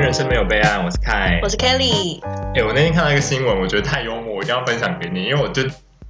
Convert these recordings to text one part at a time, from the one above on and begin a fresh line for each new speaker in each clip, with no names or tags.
人生没有备案，我是凯
我。是 Kelly，
哎、我那天看到一个新闻，我觉得太幽默，我一定要分享给你，因为我就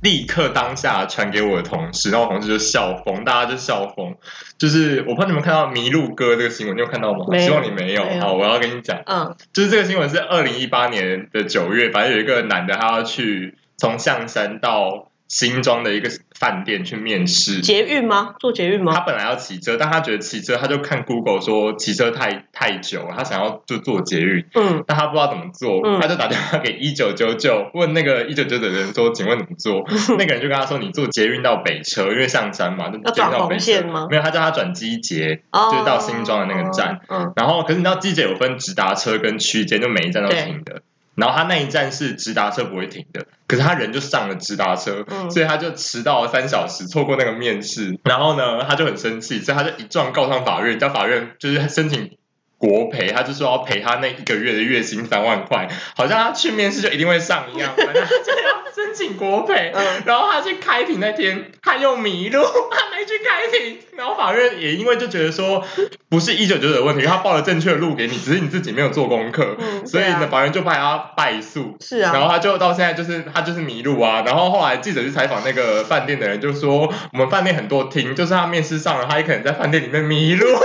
立刻当下传给我的同事，然后我同事就笑疯，大家就笑疯。就是我怕你们看到麋鹿哥这个新闻，你有看到吗？
没有
希望你没有。
没有
好，我要跟你讲，
嗯，
就是这个新闻是二零一八年的九月，反正有一个男的他要去从象山到新庄的一个饭店去面试，
捷运吗？坐捷运
他
吗？
本来要骑车，但他觉得骑车，他就看 Google 说骑车太太久了，他想要就坐捷运，
嗯，
但他不知道怎么做，
嗯
他就打电话给一九九九，问那个一九九九的人说，请问怎么 做？那个人就跟他说，你坐捷运到北车，因为上山嘛，就
要
捷运
转
到北
红线
车。
吗？
没有，他叫他转机捷，
哦
就是到新庄的那个站，
嗯，
然后可是你知道机捷有分直达车跟区间，就每一站都停的。然后他那一站是直达车不会停的，可是他人就上了直达车，
嗯
所以他就迟到了三小时，错过那个面试。然后呢，他就很生气，所以他就一状告上法院，叫法院就是申请国赔，他就说要赔他那一个月的月薪三万块，好像他去面试就一定会上一样，反正他就要申请国 赔。
嗯
然后他去开庭那天，他又迷路，他没去开庭。然后法院也因为就觉得说，不是一九九九的问题，他报了正确的路给你，只是你自己没有做功课，
嗯
所以呢，
对啊
法院就判他败诉。
是啊，
然后他就到现在就是他就是迷路啊，然后后来记者去采访那个饭店的人，就说我们饭店很多厅，就是他面试上了，他也可能在饭店里面迷路。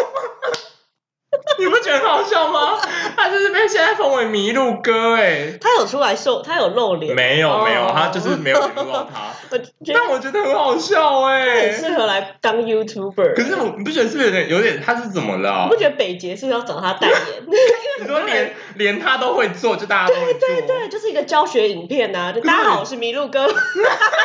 你不觉得很好笑吗？他就是被现在封为迷路哥哎、
他有出来秀，他有露脸，
没有没有，
哦
他就是没有迷路到他。
我觉得
但我觉得很好笑
他
哎、
很适合来当 YouTuber。
可是我你不觉得是不是有点有点他是怎么
你
了啊
不？觉得北捷是不是要找他代言？
你说连连他都会做，就大家都会做。
对，就是一个教学影片呐、就大家好，我是麋鹿哥，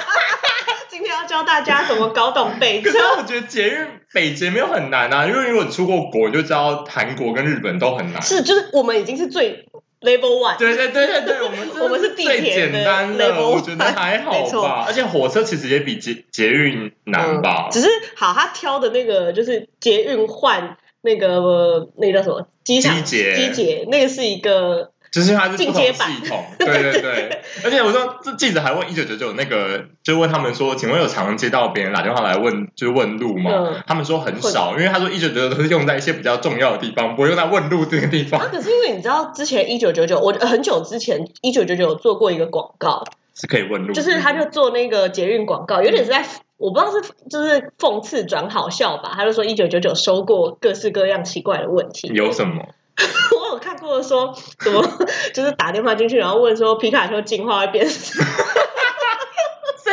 今天要教大家怎么搞懂北
可
车
是。我觉得捷运北捷没有很难啊，因为如果你出过国，你就知道韩国跟日本都很难。
是，就是我们已经是最 level one，
对对对对对，我们
我们是地
最
铁的
简单
level
我觉得还好
没错
吧。而且火车其实也比捷捷运难吧
嗯。只是好，他挑的那个就是捷运换那个、呃那个叫什么机场
机捷
机捷，那个是一个
就是它是不
进
同
阶版
系统，对对对。而且我说，这记者还问一九九九那个，就问他们说，请问有常接到别人打电话来问，就是问路吗？
嗯
他们说很少，因为他说一九九九都是用在一些比较重要的地方，不会用在问路这个地
啊，
方。
可是因为你知道之前一九九九，我很久之前一九九九做过一个广告，
是可以问路，
就是他就做那个捷运广告，有点是在。我不知道是就是讽刺转好笑吧，他就说一九九九收过各式各样奇怪的问题，
有什么？
我有看过说什么， 就是打电话进去，然后问说皮卡丘进化会变成，
所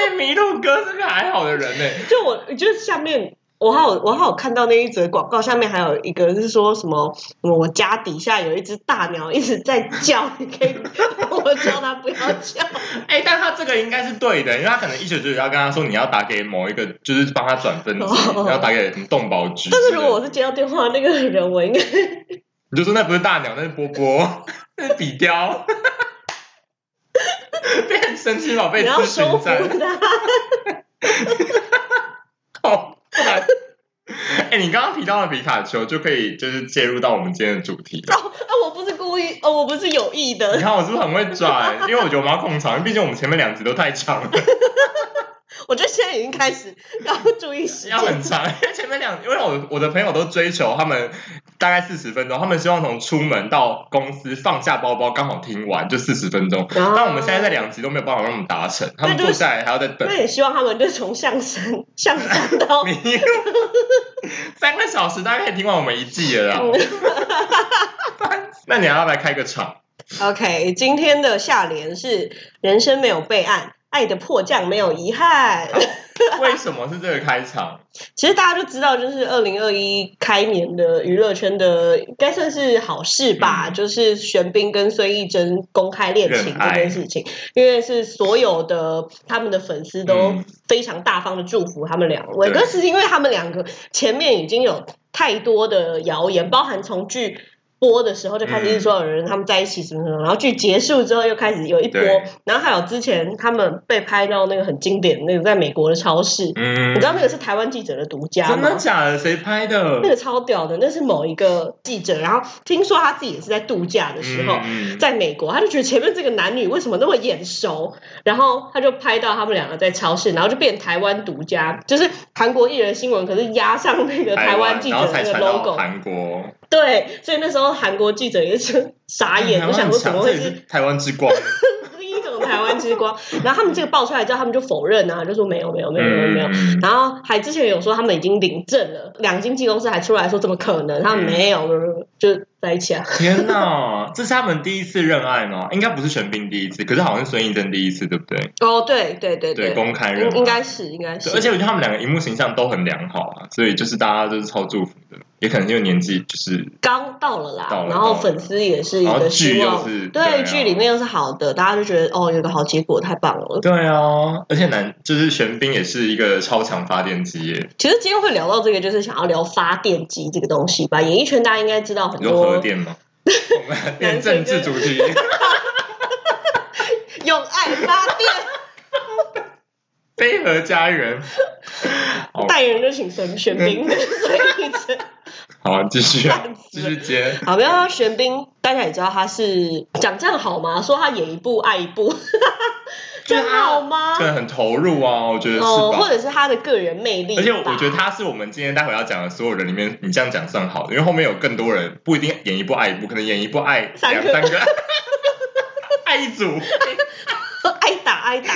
以麋鹿哥是个还好的人呢、
就我就是下面。我还有我还有看到那一则广告，下面还有一个是说什么，我家底下有一只大鸟一直在叫，你可以帮我叫它不要 叫。
哎、但他这个应该是对的，因为他可能一九九九要跟他说你要打给某一个，就是帮他转分机，
哦
要打给什么动保局之类
但
的。
是如果我是接到电话那个人，我应该
你就说那不是大鸟，那是波波，那是比雕。 变神奇宝贝
你要
咨
收
询
服
站，
他。
哦，不然，哎、你刚刚提到的皮卡丘就可以就是介入到我们今天的主题了。
哦，啊，我不是故意，哦，我不是有意
你
的，
看我是不是很会转？因为我觉得我们要控场，因为毕竟我们前面两集都太长了，
我觉得现在已经开始要注意时
要
间
很。长。因为前面两，因为我我的朋友都追求他们大概四十分钟，他们希望从出门到公司放下包包刚好听完就四十分钟。
哦
但我们现在在两集都没有办法让他们达成，他们
那就
坐
是
下来还要再等
那。也希望他们就从象山象山 到
迷路， 三个小时大概可以听完我们一季了 啦。那你要不要来开个场？
OK，今天的下联是人生没有备案，爱的迫降没有遗憾。啊
为什么是这个开场？
其实大家就知道，就是二零二一开年的娱乐圈的，应该算是好事吧，
嗯
就是玄彬跟孙艺珍公开恋情
认
这
爱
件事情，因为是所有的他们的粉丝都
嗯
非常大方的祝福他们两位，
对
可是因为他们两个前面已经有太多的谣言，包含从剧。播的时候就开始一直说有人他们在一起什么什么，然后剧结束之后又开始有一波
对，
然后还有之前他们被拍到那个很经典的那个在美国的超市，你
嗯
知，道那个是台湾记者的独家
真的
吗？
假的？谁拍的
那？个超屌的，那是某一个记者，然后听说他自己也是在度假的时候，
嗯，
在美国，他就觉得前面这个男女为什么那么眼熟，然后他就拍到他们两个在超市，然后就变台湾独家，就是韩国艺人新闻，可是压上那个台湾记
然后
者
才
那个
传到
logo，
韩国。
对，所以那时候候韩国记者也是 傻
嗯
眼，
台
我
湾
想
很
说怎
强，
么
这
会
也是
是
台湾之光。
一种台湾之光？然后他们这个爆出来之后，他们就否认啊，就说没有 没有没有没有没有。
嗯
然后还之前有说他们已经领证了，两经纪公司还出来说怎么可能？他们没有，
嗯
就在一起啊。
天哪，这是他们第一次认爱吗？应该不是玄彬第一次，可是好像是孙艺珍第一次，对不对？
哦，对对对
对，公开认
应
爱
应该是应该是
对，而且我觉得他们两个荧幕形象都很良好啊，所以就是大家都是超祝福的，也可能因为年纪就是
刚到了啦，
到了
然
到
后
了
粉丝也是一
然后
个
剧
希
又
望，
是
对
啊
剧里面又是好的，大家就觉得哦有个好结果太棒了。
对啊，而且男就是玄彬也是一个超强发电机耶，
其实今天会聊到这个，就是想要聊发电机这个东西吧。演艺圈大家应该知道很
嗯有核
多
电 吗？我们来变政治主题，
用爱发 电，
飞蛾家园。好
代言人就请玄玄
嗯
彬， 所以一直
好，继续 啊
烂死
继续接。
好，没有啊玄彬，大家也知道他是讲这样好吗？说他演一部爱一 部，这样好吗？
对，很投入啊，我觉得是
哦，或
吧？
者是他的个人魅力吧，
而且我觉得他是我们今天待会要讲的所有人里面，你这样讲算好的，因为后面有更多人不一定演一部爱一部，可能演一部爱
三
两
个
三 个爱一组。
挨打挨打，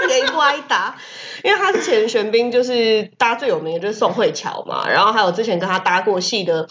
那个一波挨打。因为他之前玄彬就是大家最有名的就是宋慧乔嘛，然后还有之前跟他搭过戏的，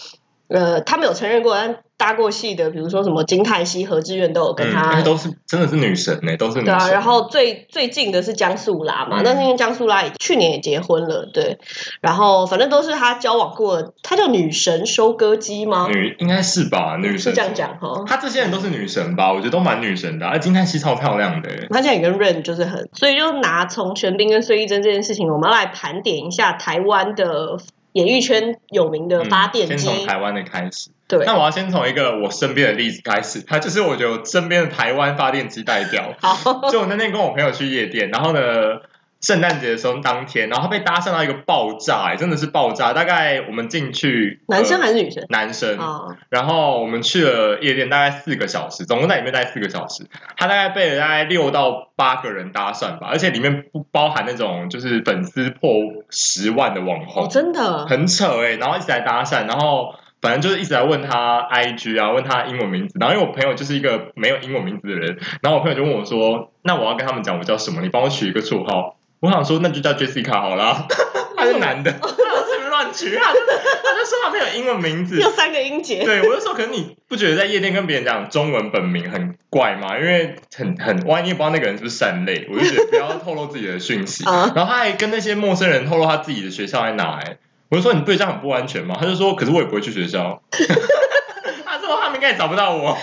呃，他没有承认过，但搭过戏的，比如说什么金泰熙、何志远都有跟
嗯
他。
哎都是真的是女神呢、都嗯是女
对
神。
啊，然后最最近的是江素拉嘛
嗯，
但是因为江素拉也去年也结婚了，对，然后反正都是他交往过的，他叫女神收割机吗？
女应该嗯是吧，女
是
神
这样讲哈。
她这些人都是女神吧？我觉得都蛮女神的、啊，而金泰熙超漂亮的、欸。
他现在也跟 Rain 就是很，所以就拿从玄彬跟孙艺珍这件事情，我们要来盘点一下台湾的演艺圈有名的
嗯
发电
先
机。
从台湾的开始。
对。
那，我要先从一个我身边的例子开始，他就是我觉得我身边的台湾发电机代表
好，
就我那天跟我朋友去夜店，然后呢，圣诞节的时候当天，然后他被搭讪到一个爆炸、欸，真的是爆炸。大概我们进去，
男生
呃
还是女生？
男生，
啊，
然后我们去了夜店，大概四个小时，总共在里面待四个小时。他大概被了大概六到八个人搭讪吧，而且里面不包含那种就是粉丝破十万的网
哦，
红，
真的，
很扯哎、然后一直在搭讪，然后反正就是一直在问他 IG 啊，问他英文名字。然后因为我朋友就是一个没有英文名字的人，然后我朋友就问我说：“那我要跟他们讲我叫什么？你帮我取一个绰号。”我想说那就叫 Jessica 好啦， 他是男的，他哦是不是乱取？他就 他就说他没有英文名字，
又三个音节。
对，我就说，可是你不觉得在夜店跟别人讲中文本名很怪吗？因为很很，万一不知道那个人是不是善类，我就觉得不要透露自己的讯息。
啊
然后他还跟那些陌生人透露他自己的学校在哪、欸，我就说你不觉得这样很不安全吗？他就说，可是我也不会去学校。 他说他们应该也找不到我。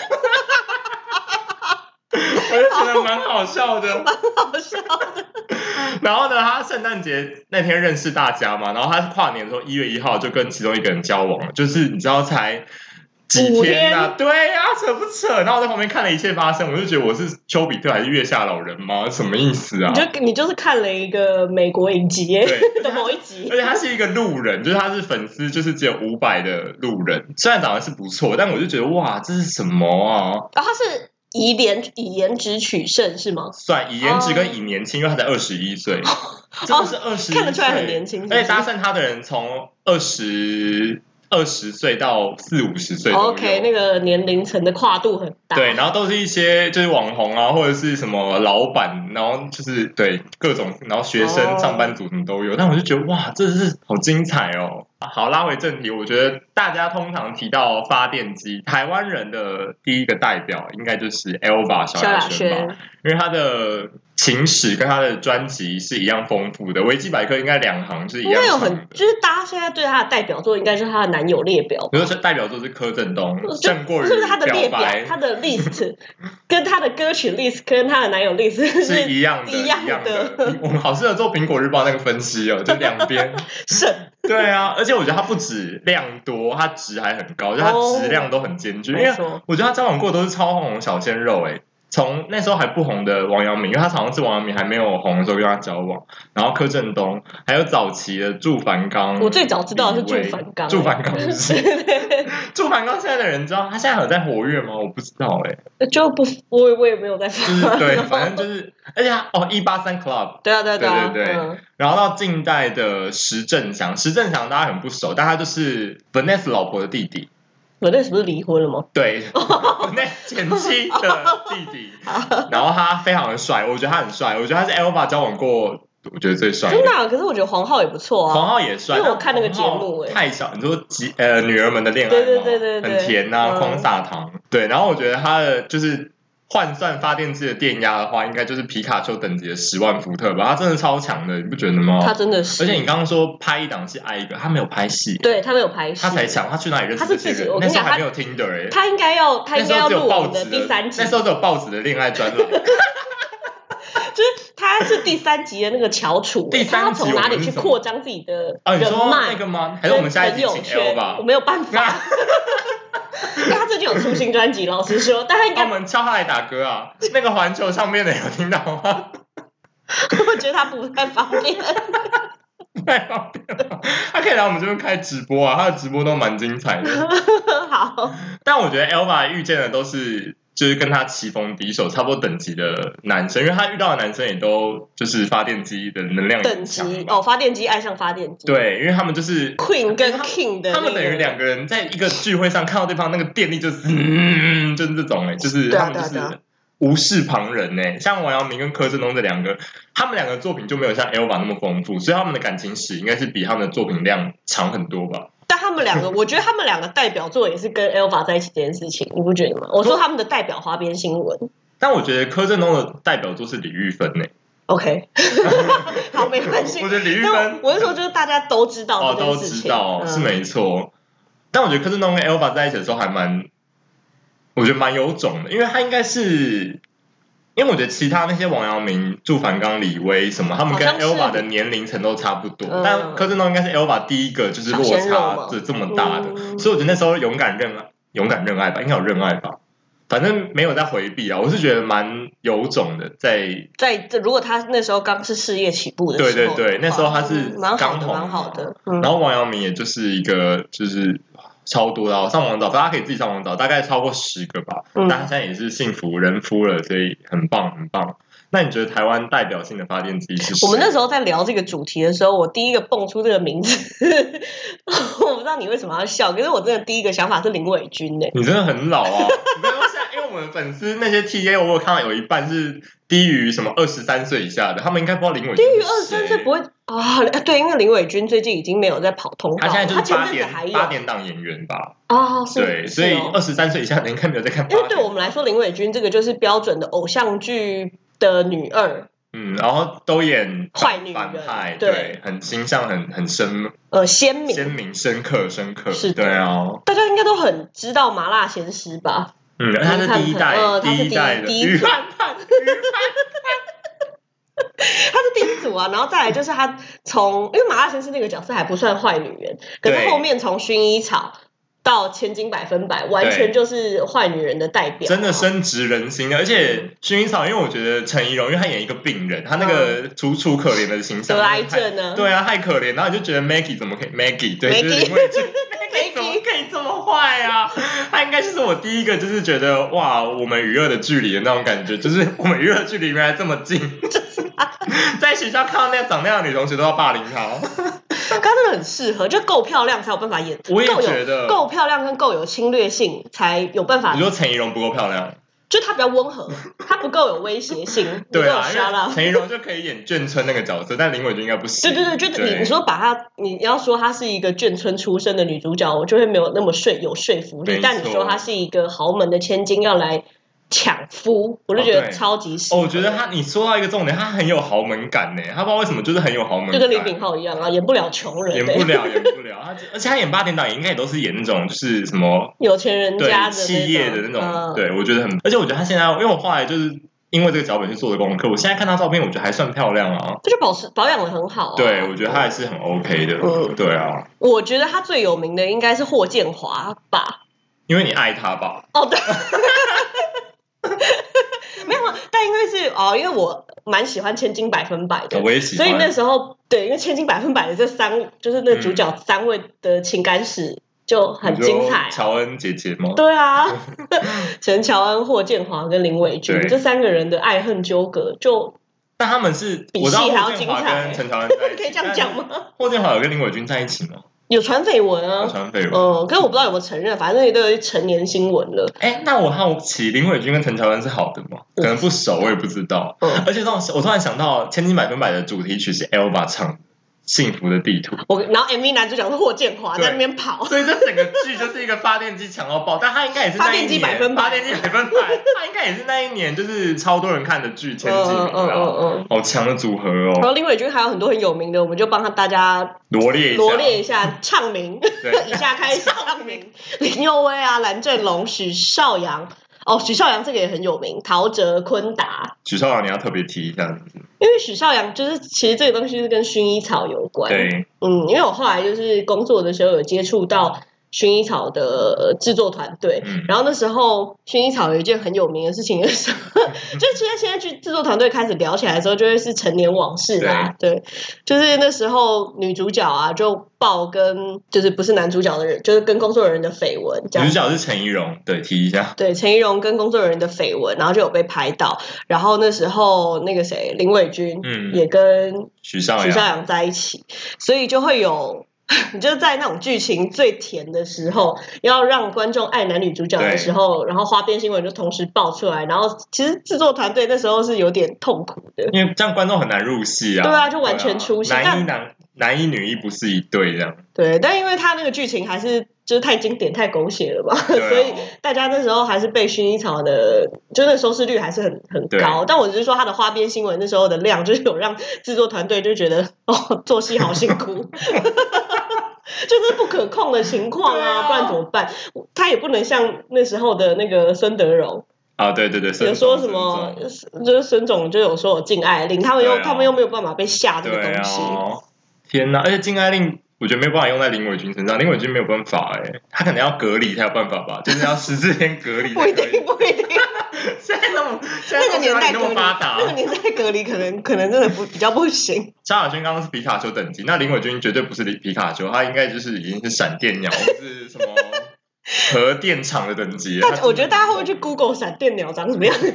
我就觉得蛮好笑的，
好笑
啊
的，
然后呢，他圣诞节那天认识大家嘛，然后他跨年的时候一月一号就跟其中一个人交往了，就是你知道才几
五
天啊
天？
对呀、扯不扯？然后我在旁边看了一切发生，我就觉得我是丘比特还是月下老人吗？什么意思啊
你？就你就是看了一个美国影集耶
对，
的某一集
而，且他是一个路人，就是他是粉丝，就是只有五百的路人。虽然长得是不错，但我就觉得哇，这是什么啊？
然哦后他是以颜以颜值取胜是吗？
算以颜值跟以年轻，因为他才二十一岁，真的是二十、
哦看得出来很年轻是不是
而且搭讪他的人从二十二十岁到四五十岁都有
哦 OK，那个年龄层的跨度很大。
对，然后都是一些就是网红啊，或者是什么老板，然后就是对各种，然后学生、
哦
上班族什么都有。但我就觉得哇，这是好精彩哦！好，拉回正题，我觉得大家通常提到发电机，台湾人的第一个代表应该就是 Elva 萧
萧
亚
亚
轩吧。
轩，
因为他的情史跟他的专辑是一样丰富的，维基百科应该两行是一
应
样
该有
长
很，
的。
就是大家现在对他的代表作应该就是他的男友列表吧，
比如说代表作是柯震东，
就
胜过于
是不是他的列
表
表
白，
他 的 list 跟他的歌曲 list 跟他的男友 list
是
是
一样的，
一
一
样的
的。你我们好适合做苹果日报那个分析哦，就两 边。
省，
对啊，而且我觉得他不止量多，他值还很高，就他
哦
质量都很兼具。因
没
为
错，
我觉得他交往过都是超红的小鲜肉哎、从那时候还不红的王阳明，因为他好像是王阳明还没有红的时候跟他交往，然后柯震东，还有早期的祝凡刚，
我最早知道的是
李威
祝凡刚
祝凡刚是不是
对
祝凡刚现在的人知道他现在有在活跃吗？我不知道哎、
就不我我也没有在
就
发，
是对，反正就是，而且他哦一八三 club，
对啊对啊啊，
对对对
嗯
然后到近代的石正祥，石正祥大家很不熟，但他就是 Vanessa 老婆的弟弟，
我那时不是离婚了吗？
对， 我那前妻的弟弟，然后他非常的帅，我觉得他很帅，我觉得他是 Elva 交往过我觉得最帅的
真的、啊，可是我觉得黄浩也不错
黄
啊。
浩也帅，
因为我看那个节目
但黄浩
欸
太小，你说几呃女儿们的恋爱嘛，
对对对对对
很甜啊呐、
嗯
狂撒糖。对，然后我觉得他的就是换算发电机的电压的话，应该就是皮卡丘等级的十万伏特吧，他真的超强的，你不觉得吗？
他真的是，
而且你刚刚说拍一档戏爱一个，他没有拍戏，
对他没有拍戏，
他才强，他去哪里认识
他是
这些
自己
人
我？
那
跟你
时候
讲
还没有听的哎，
他应该要他
那
应
时候
该要
只有
录我
报
们的
纸
第三集
那，时候只有报纸的恋爱专栏。
就是他是第三集的那个翘楚，欸
第三
他要
集
从哪
我
里
们
去
是什么
扩张自己的
哦，你
人
说
脉
那个吗？还是我们下一集
朋
请
友圈
L 吧
我？没有办法，
那
因为他最近有出新专辑，老实说，但他应
那
该
哦我们敲他来打歌啊！那个环球上面的有听到吗？
我觉得他不太方便。
太方便了，他可以来我们这边开直播啊，他的直播都蛮精彩的。
好，
但我觉得 Elva 遇见的都是就是跟他棋逢敌手差不多等级的男生，因为他遇到的男生也都就是发电机的能量也
等
很强
级
吧
哦，发电机爱上发电机，
对，因为他们就是
，Queen 跟
他们
King 的
他
那个，
们等于两个人在一个聚会上看到对方那个电力就是，嗯、就是这种哎、就是
对啊
他们就
对啊对
是无视旁人哎、像王阳明跟柯震东这两个，他们两个作品就没有像 Elva 那么丰富，所以他们的感情史应该是比他们的作品量长很多吧？
但他们两个，我觉得他们两个代表作也是跟 Elva 在一起这件事情，你不觉得吗？我说他们的代表花边新闻
但我觉得柯震东的代表作是李玉芬哎、
，OK，好，没关系
我。觉得李玉
但
芬
我我是说，就是大家都知道
哦
这
都
件事
知
情，
道、
嗯
是没错，但我觉得柯震东跟 Elva 在一起的时候还蛮，我觉得蛮有种的，因为他应该是。因为我觉得其他那些王阳明、祝凡刚、李威什么，他们跟
好像是
Elva 的年龄层都差不多，
嗯
但柯震东应该是 Elva 第一个就是落
小鲜肉嘛
差这这么大的，
嗯
所以我觉得那时候勇敢认爱，勇敢认爱吧，应该有认爱吧，反正没有在回避啊，我是觉得蛮有种的，在
在这，如果他那时候刚是事业起步的时
对
候的
对
话，
对，那时候他是
嗯蛮好
刚
的，
红，
蛮好的，嗯，
然后王阳明也就是一个就是超多的哦，我上网找，大家可以自己上网找，大概超过十个吧。
嗯
但他现在也是幸福人夫了，所以很棒很棒。那你觉得台湾代表性的发电机是谁？
我们那时候在聊这个主题的时候，我第一个蹦出这个名字， 我不知道你为什么要笑，可是我真的第一个想法是林伟欸君呢、
你真的很老啊！你不要说现在，因为我们的粉丝那些 TA，我有看到有一半是低于什么二十三岁以下的，他们应该不知道林伟低
低于二十三岁不会啊、对，因为林伟君最近已经没有在跑通告
他
了，
现在就是
前
八
阵子还
点
有
八点档演员吧？
啊、是
对，所以
是哦
二十三岁以下的应该没有在看八
因
点
为
档。
对我们来说，林伟君这个就是标准的偶像剧的女二，
嗯，然后都演
坏女人
反派，
对
很形象很很深
呃，鲜明。
鲜明、深刻、深刻，
是的
对啊，
大家应该都很知道麻辣鲜师吧？
嗯，他是第一代，
呃他
第
是第一
一代的
第一
鱼
代
贩，
她是第一组啊，然后再来就是她从，因为麻辣鲜师那个角色还不算坏女人，可是
对
后面从薰衣草到千金百分百，完全就是坏女人的代表， 啊
真的深植人心的。啊而且薰衣草，因为我觉得陈怡蓉，因为她演一个病人，她那个楚楚可怜的形象，
嗯得癌症呢。
太，对啊，太可怜，然后你就觉得 Maggie 怎么可以，Maggie 对，
Maggie
就是林慧君 Maggie
Maggie
怎么可以这么坏啊？她应该是我第一个就是觉得哇，我们娱乐的距离的那种感觉，就是我们娱乐的距离原来这么 近，在学校看到那长那样的女同学都要霸凌她。哦
她真的很适合，就够漂亮才有办法演，
我也
够有
觉得
够漂亮跟够有侵略性才有办法
你，说陈怡蓉不够漂亮，
就她比较温和，她不够有威胁性，不够
对啊，
沙
因
拉
为。陈怡蓉就可以演眷村那个角色，但林伟君应该不行。
对对对，就是你你说把她，你要说她是一个眷村出身的女主角，我就会没有那么说有说服
没
力。但你
错
说她是一个豪门的千金要来抢夫，我就觉
哦对
得超级适
哦，
合
我觉得他你说到一个重点，他很有豪门感呢，他不知道为什么就是很有豪门感，
就跟李炳浩一样啊，演不了穷人、
演
欸
不了，演不了。他而且他演八点档也应该也都是演那种就是什么
有钱人
对
家的
企业的那种，
嗯、。
对我觉得很，而且我觉得他现在，因为我后来就是因为这个脚本去做的功课，我现在看他照片，我觉得还算漂亮啊。
他就保持保养的很好、啊，
对，我觉得他还是很 OK 的，
嗯
对啊，
我觉得他最有名的应该是霍建华吧？
因为你爱他吧，
哦，对， 没有，但因为是哦，因为我蛮喜欢《千金百分百》的，
我也喜
所
欢。
以那时候对，因为《千金百分百》的这三就是那主角三位的情感史就很
你说
精彩啊、
乔恩姐姐吗？
对啊，陈乔恩、霍建华跟林伟
对
君这三个人的爱恨纠葛，就
但他们是
比
我知道
戏还要
霍建华
精彩
跟陈乔恩在一起，
可以这样讲吗？
但霍建华有跟林伟君在一起吗？
有传绯闻
我
啊，
传绯闻。
嗯，可是我不知道有没有承认，反正也都有成年新闻了。
哎、那我好奇林伟君跟陈乔恩是好的吗？可能不熟，我也不知道。
嗯，
而且让我突然想到，《千金百分百》的主题曲是 Elva 唱的《幸福的地图》，
我然后 MV 男主角是霍建华
对
在那边 跑，
所以这整个剧就是一个发电机强到爆，但他应该也是那一
发电机
年
百分百
发电机百分百，他应该也是那一年就是超多人看的剧前几
嗯
名
嗯
的啊、
嗯嗯。
好强的组合
然
哦，
后林伟君还有很多很有名的，我们就帮他大家
罗列一下，
罗列一下唱
嗯
名，
对
以下开始唱名：林佑威啊、蓝正龙、许绍洋。哦，许绍洋这个也很有名，陶喆、昆达，
许绍洋你要特别提一下，
因为许绍洋就是其实这个东西是跟薰衣草有关。，
对，
嗯，因为我后来就是工作的时候有接触到薰衣草的呃制作团队，
嗯，
然后那时候薰衣草有一件很有名的事情，就是
嗯
就是现在现在去制作团队开始聊起来的时候，就会是陈年往事啦。对，就是那时候女主角啊就爆跟就是不是男主角的人，就是跟工作人员的绯闻这
女
样
主。角是陈怡蓉，对，提一下，
对，陈怡蓉跟工作人员的绯闻，然后就有被拍到。然后那时候那个谁林伟君
嗯
也跟
许绍
许绍
洋，
洋在一起，所以就会有， 你就在那种剧情最甜的时候，要让观众爱男女主角的时候，然后花边新闻就同时爆出来，然后其实制作团队那时候是有点痛苦的，
因为这样观众很难入戏啊，
对啊就完全出戏
对啊男一
但
男男一女一不是一对这样，
对，但因为他那个剧情还是就是太经典、太狗血了吧，
对啊
所以。大家那时候还是被薰衣草的，就那收视率还是很很高，但我只是说它的花边新闻那时候的量，就是有让制作团队就觉得哦，做戏好辛苦， 就是不可控的情况
对啊
啊，不然怎么办？他也不能像那时候的那个孙德荣
啊，对对对，
有
孙
说
总
什么
孙总，
就是孙总就有说我敬爱令，他们又、
对啊
他们又没有办法被下这个
对
东西，
啊，天哪！而且禁爱令，我觉得没有办法用在林伟君身上，林伟君没有办法哎、他可能要隔离才有办法 吧，就是要十四天隔离才
不
可
一
以。
定 不一定，
现在那么现在
那个年代
那
隔
么
离
发达啊
那，个年代隔离可能可能真的不比较不行。
萧亚轩刚刚是皮卡丘等级，那林伟君绝对不是皮卡丘，他应该就是已经是闪电鸟，或是什 么核电厂的等级。啊
但我觉得大家会不会去 Google 闪电鸟长 什么样子？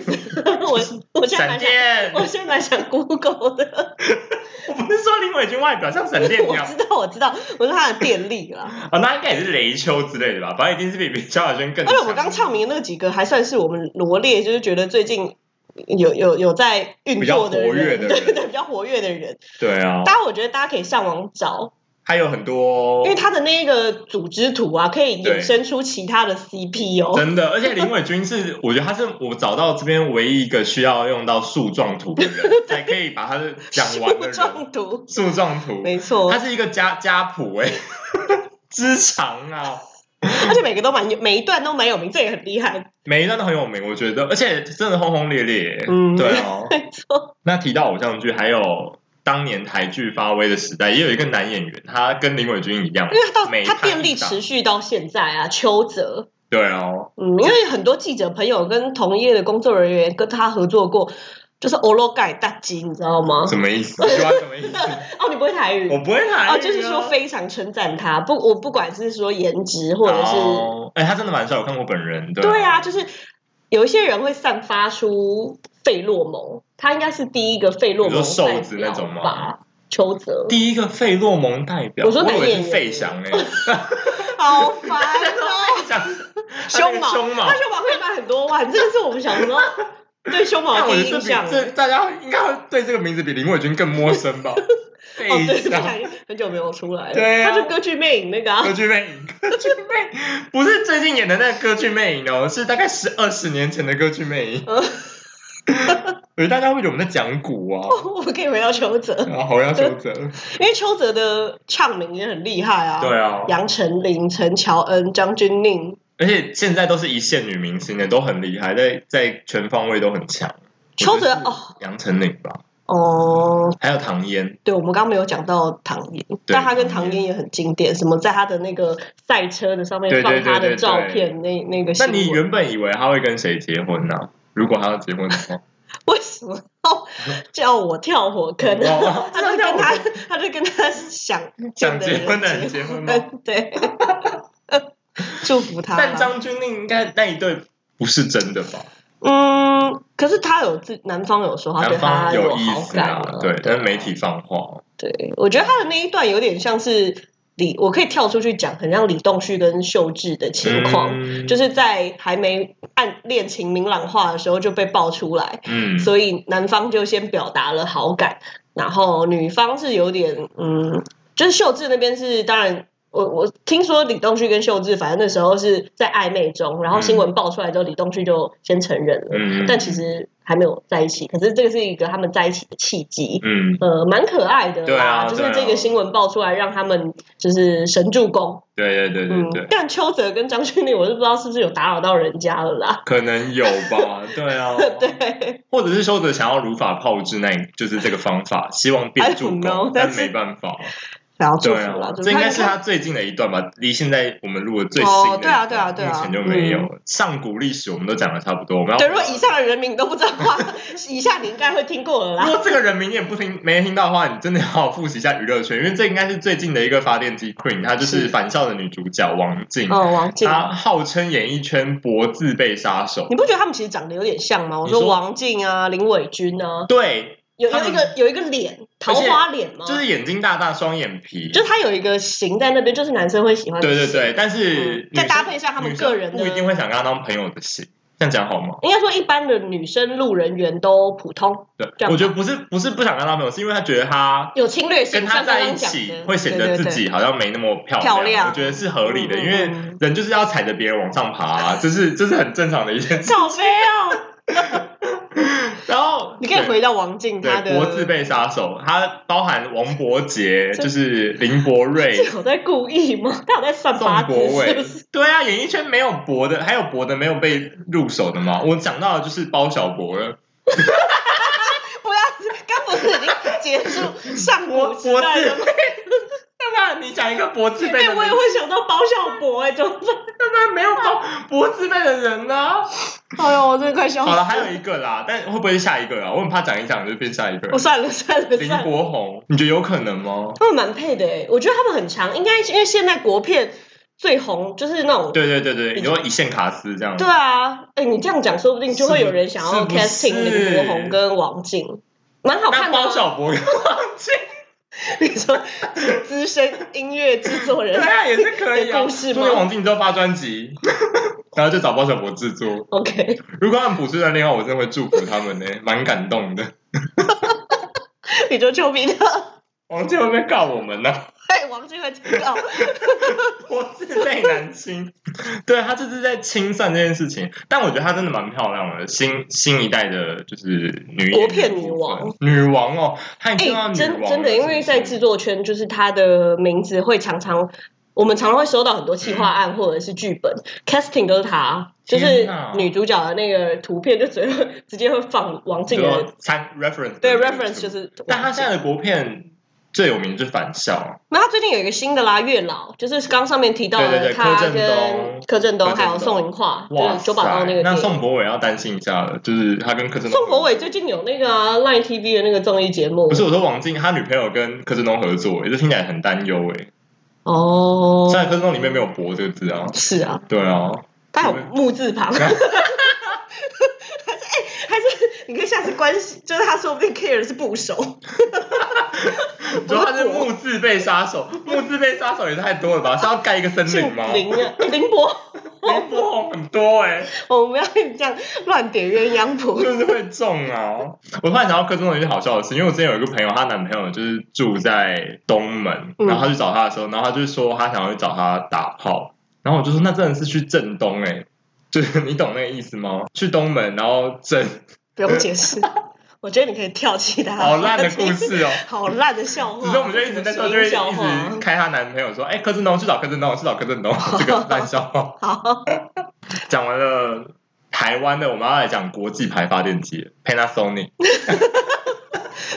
我我现在
闪
蛮想，
电？
我现在蛮想 Google 的。
我不是说林伟君外表像闪电
我
鸟
知道，我知道，我说它的电力啦。
啊，那应该也是雷丘之类的吧？反正一定是比比萧亚轩更强。
而且我们刚唱名的那几个，还算是我们罗列，就是觉得最近有有有在运作的
比较活跃
人，
的人
对对对，比较活跃的人。
对啊，
大家我觉得大家可以上网找，
还有很多，
因为他的那个组织图啊，可以
对
衍生出其他的 CP 哦。
真的，而且林伟君 是，我觉得他是我找到这边唯一一个需要用到树状图的人，才可以把他的讲完 的
树
人。
状图，
树状图，
没错
他，是一个家家谱哎、欸，之长啊，
而且每个都蛮有，每一段都蛮有名，这也很厉害。
每一段都很有名，我觉得，而且真的轰轰烈烈、欸。
嗯
对哦。
没错，
那提到偶像剧，还有当年台剧发威的时代，也有一个男演员，他跟林伟君一样，
因为到
每
它
谈
电
一
力
档
持续到现在啊，邱泽。
对哦，
嗯，因为很多记者朋友跟同业的工作人员跟他合作过，就是欧罗盖大吉，你知道吗？
什么意 思？这句话什么意思？
哦，你不会台语
我不会台语、啊
哦，就是说非常称赞他，不，我不管是说颜值或者是、
哦哎、他真的蛮帅，我看过本人。对
对啊，就是有一些人会散发出费洛蒙，他应该是第一个费洛蒙
你说瘦
代
子
表
那种吗
吧？邱泽，
第一个费洛蒙代表，
我说
我
男
以
演员
为是费翔 哎、
好烦哦。
讲
胸毛，
胸毛
他。胸毛可以卖很多万，这个是我们小 时候对胸毛
但
的
我
第
觉
一
得这
印象
比。这大家应该会对这个名字比林伟君更陌生吧？费
哦，对，
翔，
对很久没有出来了。
对啊
他就歌剧魅影那个
歌
啊，
剧魅影，歌剧魅影 不是最近演的那个歌剧魅影哦，是大概十二十年前的歌剧魅影。
嗯
我觉得大家会觉得我们在讲古 啊，
我们可以回到邱泽，
然后要修正。
因为邱泽的唱名也很厉害啊。
对啊，
杨丞琳、陈乔恩、张钧甯、
而且现在都是一线女明星的，都很厉害，在在全方位都很强。
邱泽
我觉得是
哦
杨丞琳吧，
哦，
还有唐嫣，
对，我们刚刚没有讲到唐嫣，但他跟唐嫣也很经典，什么在他的那个赛车的上
对
面
对嗯对
放他
对
的
对
照片，那那个
那
新闻。
你原本以为他会跟谁结婚呢、如果他要结婚的话，
为什么要叫我跳火 坑？
哦
他就跟他，他就跟他想
想结婚的人
人
结婚吗？
婚， 对，祝福他啦。
但张钧甯应该那一对不是真的吧？
嗯，可是他有自男方有说他对
男
他
方有意
好
思
感
啊，对，但
对
是媒体放话，
对，我觉得他的那一段有点像是李，我可以跳出去讲，很像李栋旭跟秀智的情况，
嗯
就是在还没暗恋情明朗化的时候就被爆出来，
嗯，
所以男方就先表达了好感，然后女方是有点嗯，就是秀智那边是当然。我我听说李栋旭跟秀智，反正那时候是在暧昧中，然后新闻爆出来之后，李栋旭就先承认了，
嗯，
但其实还没有在一起。可是这个是一个他们在一起的契机，
嗯，
呃，蛮可爱的
对
啦。
啊
就是
对啊
这个新闻爆出来，让他们就是神助攻。
对对对对
嗯
对，，
但邱泽跟张钧甯，我是不知道是不是有打扰到人家了啦。
可能有吧，对啊，
对，
或者是修哲想要如法炮制那一，就是这个方法，希望变
I don't
助
know，
攻，
但
但
是
没办法，
然后祝
对
福啦
啊，，
祝福
这应该是
看
他最近的一段吧，离现在我们录的最
哦
新的一段，
对啊对啊对啊
目前就没有了上古历史，我们都讲的差不多，我们要
对，如果以上的人名都不知道的话， 以下你应该会听过了
如
啦。
果这个人名你也不听没听到的话，你真的要好好复习一下娱乐圈，因为这应该是最近的一个发电机 Queen，她就是
是
《返校》的女主角王静，
哦，王静，
她号称演艺圈脖字被杀手
你。不觉得他们其实长得有点像吗？我
你说
说王静啊，林伟君啊，
对，
有
他
有
们
一个有一个脸，桃花脸吗？
就是眼睛大大，双眼皮，
哦就是他有一个型在那边，就是男生会喜欢。
对对，对，但是
嗯再
女生
搭配上他们
女生
个人的
不一定会想跟他当朋友的型，这样讲好吗？
应该说一般的女生路人缘都普通，这
对，
样吧
我觉得不是不是不想跟他当朋友，是因为他觉得他
有侵略性。
跟他
像刚
在
刚
一
讲
起
的
会显得
对对
自
对
己好像没那么漂
漂亮
我觉得是合理的，
嗯嗯
因为
嗯
人就是要踩着别人往上爬啊，这是这是很正常的一件事。
小肥哦，
然后
你可以
对
回到王静她
对
的。
国字辈杀手，它包含王伯杰，
这
就是林柏瑞。
是有在故意吗？他有在算
宋
八字
国
是
伟
不是？，
对啊，演艺圈没有博的，还有博的没有被入手的吗？我讲到的就是包小博了，
不要，刚不是已经结束上
博博
古
字
时代了吗？
辈，要不然你讲一个博字辈
哎、
的
我也
人，
会想到包小博哎、怎么办？
要不然没有包博字辈的人呢、
哎呦，我真的快笑死
好了，还有一个啦，但会不会是下一个啊？我很怕讲一讲就变下一个
我。算了算 了
林
算了，
柏宏， 你觉得有可能吗？
他们蛮配的哎、我觉得他们很强，应该是因为现在国片最红就是那种。
对对对对，你说一线卡斯这样，
对啊，哎、你这样讲，说不定就会有人想
是
要
不是
casting 林柏宏跟王静，蛮好
那
看的、
包
啊。
小 博跟王静，
你说资深音乐制作
对
人，
啊，也是可以啊。
有故事吗
说不定王静之后发专 辑，然后就找包小博制作。
OK，
如果他们补出的恋爱，我真的会祝福他们呢、蛮感动的。
你就丘比特，
王静会不会告我们呢、
哎，王俊会听到，
我自辈难清。对他这是在清算这件事情，但我觉得她真的蛮漂亮的，新新一代的就是女
国
演员
片女
部
王
分，女王哦，她已经
哎、
要女王
真
了
真的，因为在制，作圈，就是他的名字会常常，我们常常会收到很多 企划案或者是剧本、casting 都是他，就是
天哪
女主角的那个图片就直接直接会放王
是
静
不是
的，
就参 reference
对
的那个
reference 就
图，
是
啊
王静。
但她现在的国片最有名的就是返校，啊
那他最近有一个新的啦，月老，就是刚上面提到
对对
的
对
他
柯震
跟
东
柯震东
柯震
还
东
有宋银化，就
哇
是
塞，
九把刀那个电
那
影。
宋博伟要担心一下了，就是他跟柯震东，
宋博伟最近有那个啊 Line TV 的那个综艺节目，
不是我说王静，他女朋友跟柯震东合作、欸，这听起来很担忧哎。
哦
虽，然柯震东里面没有“博”这个字啊，
是啊，
对啊，
他有木字旁。还是哎， 还是你可以下次关系，就是他说不定 care 的是部 首，
主要他是木字辈杀手，木字辈杀手也太多了吧？是要盖一个森林
姓
吗？
林啊，林博，
林柏宏很多哎、
我们不要这样乱点鸳鸯谱。
就是会中啊！我突然想到柯震东有一件好笑的事，因为我之前有一个朋友，她男朋友就是住在东门，
嗯
然后她去找他的时候，然后她就说她想要去找他打炮，然后我就说那真的是去正东哎、就是 你懂那个意思吗？去东门，然后正
不用解释，我觉得你可以跳起他。
好烂的故事哦、
好烂的笑话。
只是我们就一直在说，就
这
会一
是笑哦话。
直开她男朋友说：“哎、柯震东去找柯震东，去找柯震东。”这个烂笑话。
好，
讲完了台湾的，我们要来讲国际牌发电机 Panasonic。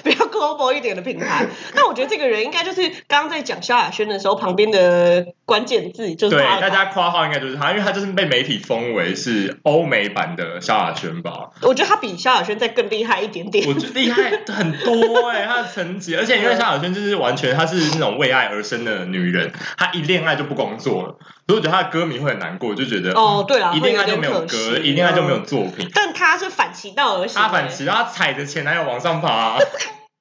比较 global 一点的品牌。但我觉得这个人应该就是刚刚在讲萧亚轩的时候，旁边的关键字 就是
对，
他
大
了吧。
家夸号应该就是他，因为他就是被媒体封为是欧美版的萧亚轩 吧。
我觉得他比萧亚轩再更厉害一点点。
我觉得厉害很多哎、他的成绩，而且因为萧亚轩就是完全她是那种为爱而生的女人，她一恋爱就不工作了，所以我觉得她的歌迷会很难过，就觉得
哦，对了，
一
会
恋
有哦
爱就
点
没有
可
歌，
惜，
一恋爱就没有。作品。
但他是反其道而行，欸
他反其道，他踩着 前男友往上爬、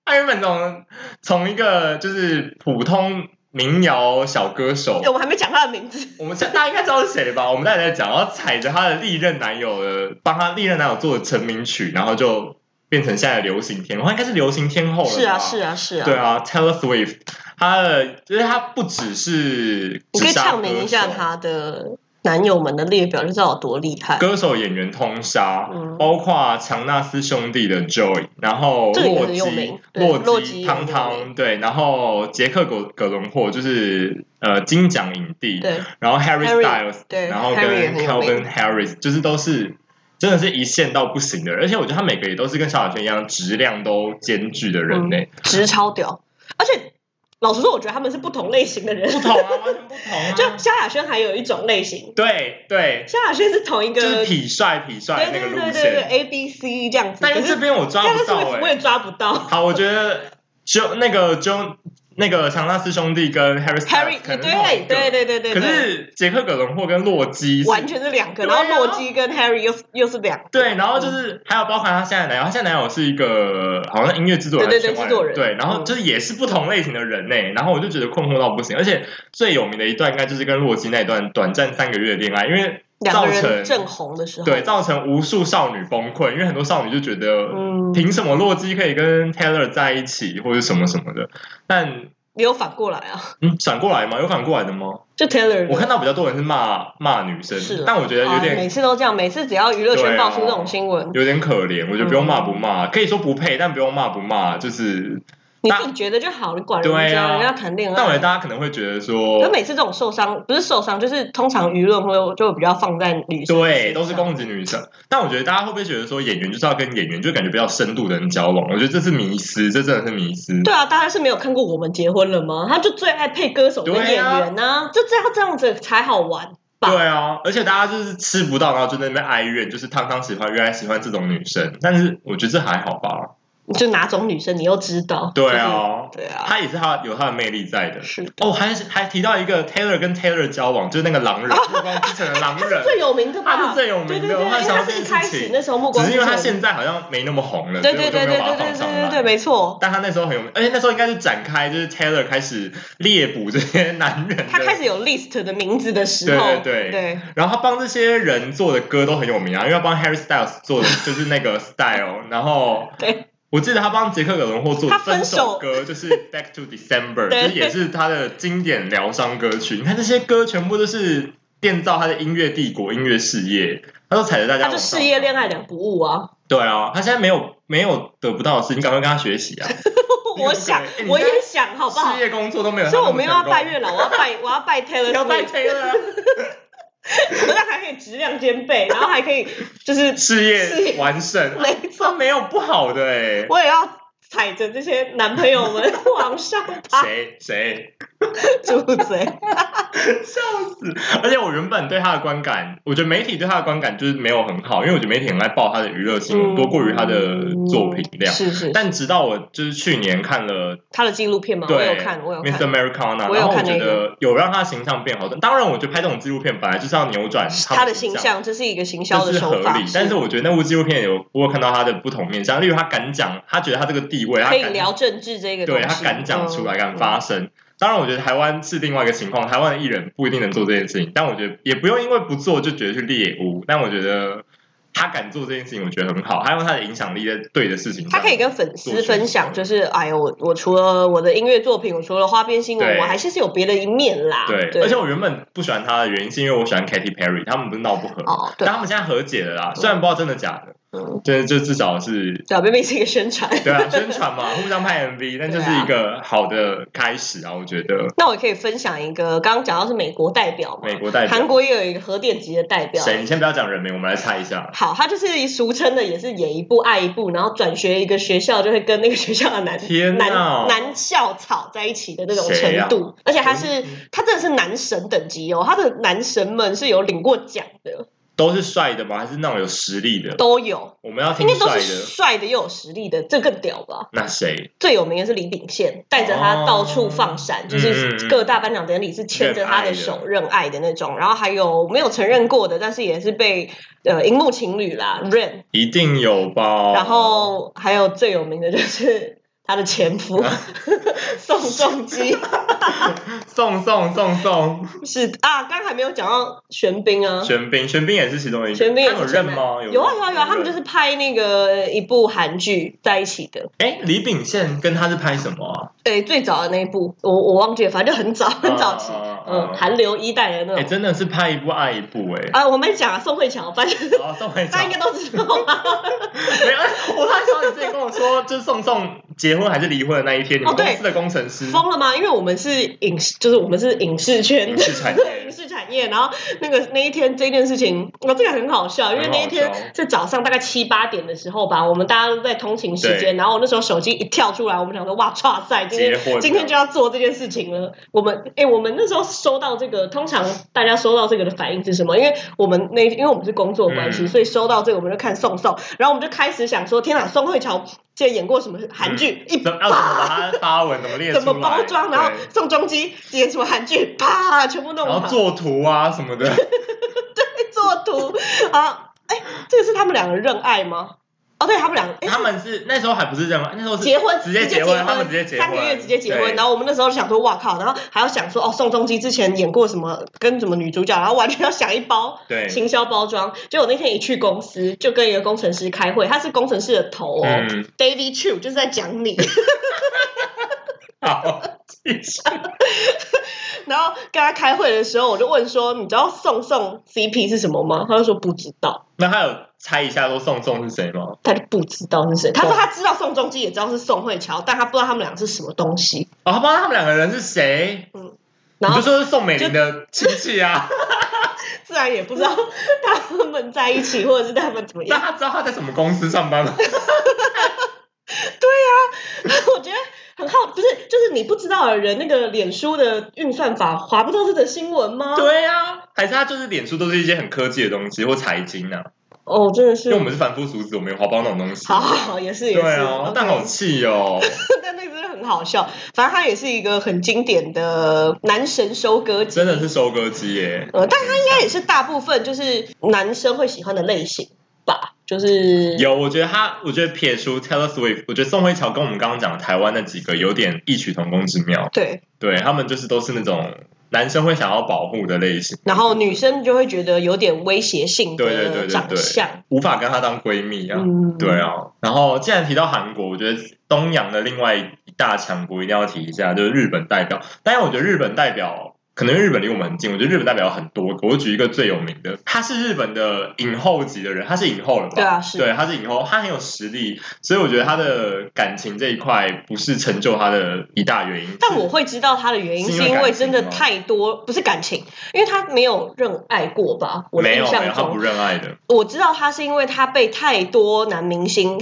他原本从从一个就是普通民谣小歌手
哎，我们还没讲他的名 字，
我们现大家应该知道是谁吧？我们大家在讲，然后踩着她的历任男友的，帮她历任男友做的成名曲，然后就变成现在的流行天后，她应该是流行天后了吧。
是啊是啊是啊，
对啊，Taylor Swift，她的就是她不只是
你可以
只杀
唱明一下
歌手
他的男友们的列表，就知道有多厉害。
歌手演员通杀，
嗯
包括强纳斯兄弟的 Joy，然后
这个也
洛
很有
基
名、对洛基
基、
也
汤
很有
汤，对，然后杰克葛葛伦霍就是呃金奖影帝，
对
然后 Harry
Harry，
Styles，
对
然后
，Harry 也
跟
很有
Calvin
名
Harris，就是都是真的是一线到不行的人，而且我觉得他每个也都是跟萧亚轩一样质量都兼具的人呢、
直超屌，而且老实说，我觉得他们是不同类型的人。
不同啊，完全不同啊，
就萧亚轩还有一种类型，
对对，
萧亚轩是同一个，
就是
对
痞帅痞帅的
呃对
那个
对
路
对
线，
对，A B C 这样子。
但
可
是这边我抓
但
不
是
到哎、
我也抓不到。
好，我觉得就那个就那个强纳斯兄弟跟 Harry
Harry
Styles 可能
对
是同一个
对对对对，
可
对
是杰克·葛伦霍跟洛基是
完全是两个，
对
然
啊
后洛基跟 Harry 又是又是两个，
对，然后就是还有包括他现在的男友，他现在男友是一个好像音乐制作人还
对
是
对
圈
对
外人，
制作人嗯
对，然后就是也是不同类型的人呢、然后我就觉得困惑到不行，而且最有名的一段应该就是跟洛基那段短暂三个月的恋爱，因为
两
造
个人
成
正红的时候，
对造成无数少女崩溃，因为很多少女就觉得
嗯，
凭什么洛基可以跟 Taylor 在一起，或者什么什么的？但
也有反过来啊，
嗯，反过来吗？有反过来的吗？
就 Taylor 的
我看到比较多人是骂骂女生
是啦，
但我觉得有
啊每
点
次都这样，每次只要娱乐圈
对啊
爆出这种新闻，
有点可怜。我觉得不用骂不
嗯
骂，可以说不配，但不用骂不骂，就是。
你
那
自己觉得就好，你管人
对
家，
啊
人家谈恋
但我觉得
爱。
大家可能会觉得
可
说，
每次这种受伤，不是受伤，就是通常舆论会就比较放在女生，
对，都是攻击女生。但我觉得大家会不会觉得说，演员就是要跟演员，就感觉比较深度的人交往？我觉得这是迷失，这真的是迷失。
对啊，大家是没有看过我们结婚了吗？他就最爱配歌手跟
对啊
演员呐、就这样这样子才好玩。吧
对啊，而且大家就是吃不到，然后就在那边哀怨，就是汤汤喜欢，原来喜欢这种女生。但是我觉得这还好吧。
就哪种女生你又知道？
对啊，
就是，对啊，
她也是她有她的魅力在的。
是的，
哦，还是还提到一个 Taylor 跟 Taylor 交往，就是那个狼人，暮光之城的狼 人，
最有名的吧？
他是最有名
对对
的。
对，
我
因为
还想
他
到
是
这
一
件
开
事
始
情，
那时候目光
只是因为他
之城
现在好像没那么红了，
对对
所以我
对
就没
对
有把
对
它
对
放上
对
来。
对，没错，
但他那时候很有名，而且那时候应该是展开，就是 Taylor 开始猎捕这些男人的，
他开始有 list 的名字的时候，
对对对
对
然后他帮这些人做的歌都很有名啊，因为他帮 Harry Styles 做 的就是那个 Style，然后
对
我记得他帮杰克·葛伦霍做的
他分手
手歌就是 Back to December，就
对
是也是他的经典疗伤歌曲。你看这些歌全部都是建造他的音乐帝国、音乐事业，他都踩着大家
他
往
就
上
事业恋爱两不误啊！
对啊，他现在没有没有得不到的事，你赶快跟他学习啊！你
我
很可
想
怜哎，你
我也
看
想， 好不好
事？业工作都没有他
所
那
以
么成
我
功，
没有要拜月老，我要拜我要拜 Taylor，
要拜
Swift，
Taylor 啊。
我让还可以质量兼备，然后还可以就 是
事
事
业
业
完胜，
没
他
错，
没有不好的哎、
我也要踩着这些男朋友们往上爬，
谁谁
住嘴！
笑死！而且我原本对他的观感，我觉得媒体对他的观感就是没有很好，因为我觉得媒体很爱报他的娱乐新闻，
嗯
多过于他的作品量。
是是，
但直到我就是去年看了
他的纪录片嘛，我
对
有看，我有
Miss
看，
Americana，然
我有
后我
看那
觉
个
得有让他形象变好，当然我觉得拍这种纪录片本来就是要扭转
他的
的
形
象。
象这是一个行销
这
的
是合
手法
理，，但是我觉得那部纪录片有我有看到他的不同面向，例如他敢讲，他觉得他这个地位，他
可以
敢
聊政治这个东
对
西，
他敢讲出来，
嗯
敢发声。当然，我觉得台湾是另外一个情况，台湾的艺人不一定能做这件事情，但我觉得也不用因为不做就觉得去猎污。但我觉得他敢做这件事情，我觉得很好，他用他的影响力在对的事情上。
他可以跟粉丝分享，
做
就是哎呦，我我除了我的音乐作品，我除了花边新闻，
对
我还是是有别的一面啦。
对，而且我原本不喜欢他的原因是因为我喜欢 Katy Perry，他们不是闹不和，
哦，对
但，他们现在和解了啦，
对
虽然不知道真的假的，
嗯，
但是就至少是
对啊，明明是一个宣传。
对啊，宣传嘛，互相拍 MV，但就是
啊
一个好的开始啊，我觉得
那我也可以分享一个，刚刚讲到是美国代表嘛
美，国代表
韩国也有一个核电级的代表。
谁？你先不要讲人名，我们来猜一下。
好，他就是俗称的，也是演一部爱一部，然后转学一个学校就会跟那个学校的 男
天
男
哪
男校草在一起的那种
谁呀
程度，而且他是
嗯
他真的是男神等级哦，他的男神们是有领过奖的，
都是帅的吗？还是那种有实力的？
都有，
我们要
应
听
该都
帅
是
的。
帅的又有实力的，这更屌吧？
那谁？
最有名的是李秉宪，带着他到处放闪，
哦
就是各大颁奖典礼是牵着他的手认爱的那种。然后还有没有承认过的，但是也是被呃荧幕情侣啦 Rain，
一定有吧？
然后还有最有名的就是。他的 前夫宋仲基。
送送送送，
是啊，刚才没有讲到玄彬啊，
玄彬，玄彬也是其中一个，
玄彬也
他有
是
认
前辈
吗？。
有啊有啊有啊，他们就是是拍那个一部韩剧在一起的，
哎，李秉宪跟他是拍什么啊？
对，最早的那一部，我我忘记了，反正就很早很早期，
啊
嗯，韩流一代的那
哎，
种。
真的是拍一部爱一部 哎。
啊，我没讲啊，宋慧乔，反正
好，宋慧乔
大家应，该都知道 吧？
没有，哎我突然想到你之前跟我说，就是宋仲结婚还是离婚的那一天，你们
哦
公
对
司的工程师，
疯了吗？因为我们是影视，就是我们是影视圈
影
的。
视产业
影，视产业，然后那个那一天这件事情，我、这个很好笑，因为
很好
那一天
笑
是早上大概七八点的时候吧，我们大家都在通勤时间，然后我那时候手机一跳出来，我们想说哇，哇塞，今
结
天
婚了，
今天就要做这件事情了。我们哎、我们那时候收到这个，通常大家收到这个的反应是什么？因为我们那因为我们是工作关系，
嗯
所以收到这个我们就看宋宋，然后我们就开始想说，天哪，宋慧乔竟然演过什么韩剧？一
怎么要怎么把
啪。
它发文，怎么列出来，
怎么包装？然后
对
宋仲基演什么韩剧，啪，全部弄
然
好
后做图啊什么的，
做图啊！哎、这个是他们两个认爱吗？哦，对他们两个、哎
他们是那时候还不是这样吗？那时候是
结婚，
直接
结
结婚，他们直接结婚，
三个月直接结婚。
对
然后我们那时候想说，哇靠！然后还要想说，哦，宋仲基之前演过什么，跟什么女主角，然后完全要想一包
对，
行销包装。结果那天一去公司，就跟一个工程师开会，他是工程师的头哦、
嗯，
David Chu 就是在讲你，
好，继续
然后跟他开会的时候，我就问说，你知道宋宋 CP 是什么吗？他就说不知道，
那他有猜一下说宋宋是谁吗？
他就不知道是谁。他说
啊
他知道宋仲基，也知道是宋慧乔，但他不知道他们俩是什么东西。
哦，他不知道他们两个人是谁，
然
你
后
就说是宋美龄的亲戚啊，
自然也不知道 他们在一起，或者是他们怎么样
那。他知道他在什么公司上班吗？啊
我觉得很好，不是，就是你不知道的人，那个脸书的运算法划不到这则新闻吗？，
对啊，还是他就是脸书都是一些很科技的东西或财经啊，
哦，真的
因
是
为我，们是凡夫俗子，我们有华包那种东西。
好好好，也是也
对
是，
啊
OK，
但好气哦，
但那个真的很好笑。反正他也是一个很经典的男神收割机，
真的是收割机耶。
呃，但他应该也是大部分就是男生会喜欢的类型吧，就是
有，我觉得他，我觉得撇除 Taylor Swift，我觉得宋慧乔跟我们刚刚讲的台湾那几个有点异曲同工之妙。
对，
对他们就是都是那种男生会想要保护的类型，
然后女生就会觉得有点威胁性
对对对
的
对
长
对
相，
无法跟她当闺蜜啊。
嗯，
对，啊，然后既然提到韩国，我觉得东洋的另外一大强国一定要提一下，就是日本代表。当然，我觉得日本代表可能因为日本离我们很近，我觉得日本代表有很多个。我举一个最有名的，她是日本的影后级的人，她是影后了吧？
对啊是
对，她是影后，她很有实力，所以我觉得她的感情这一块不是成就她的一大原因。
但我会知道他的原因，
是因
是
为
因为真的
感情吗
太多，不是感情，因为他没有认爱过吧？我的
没
印
有没有，
象
她不
中，
认爱的。
我知道他是因为他被太多男明星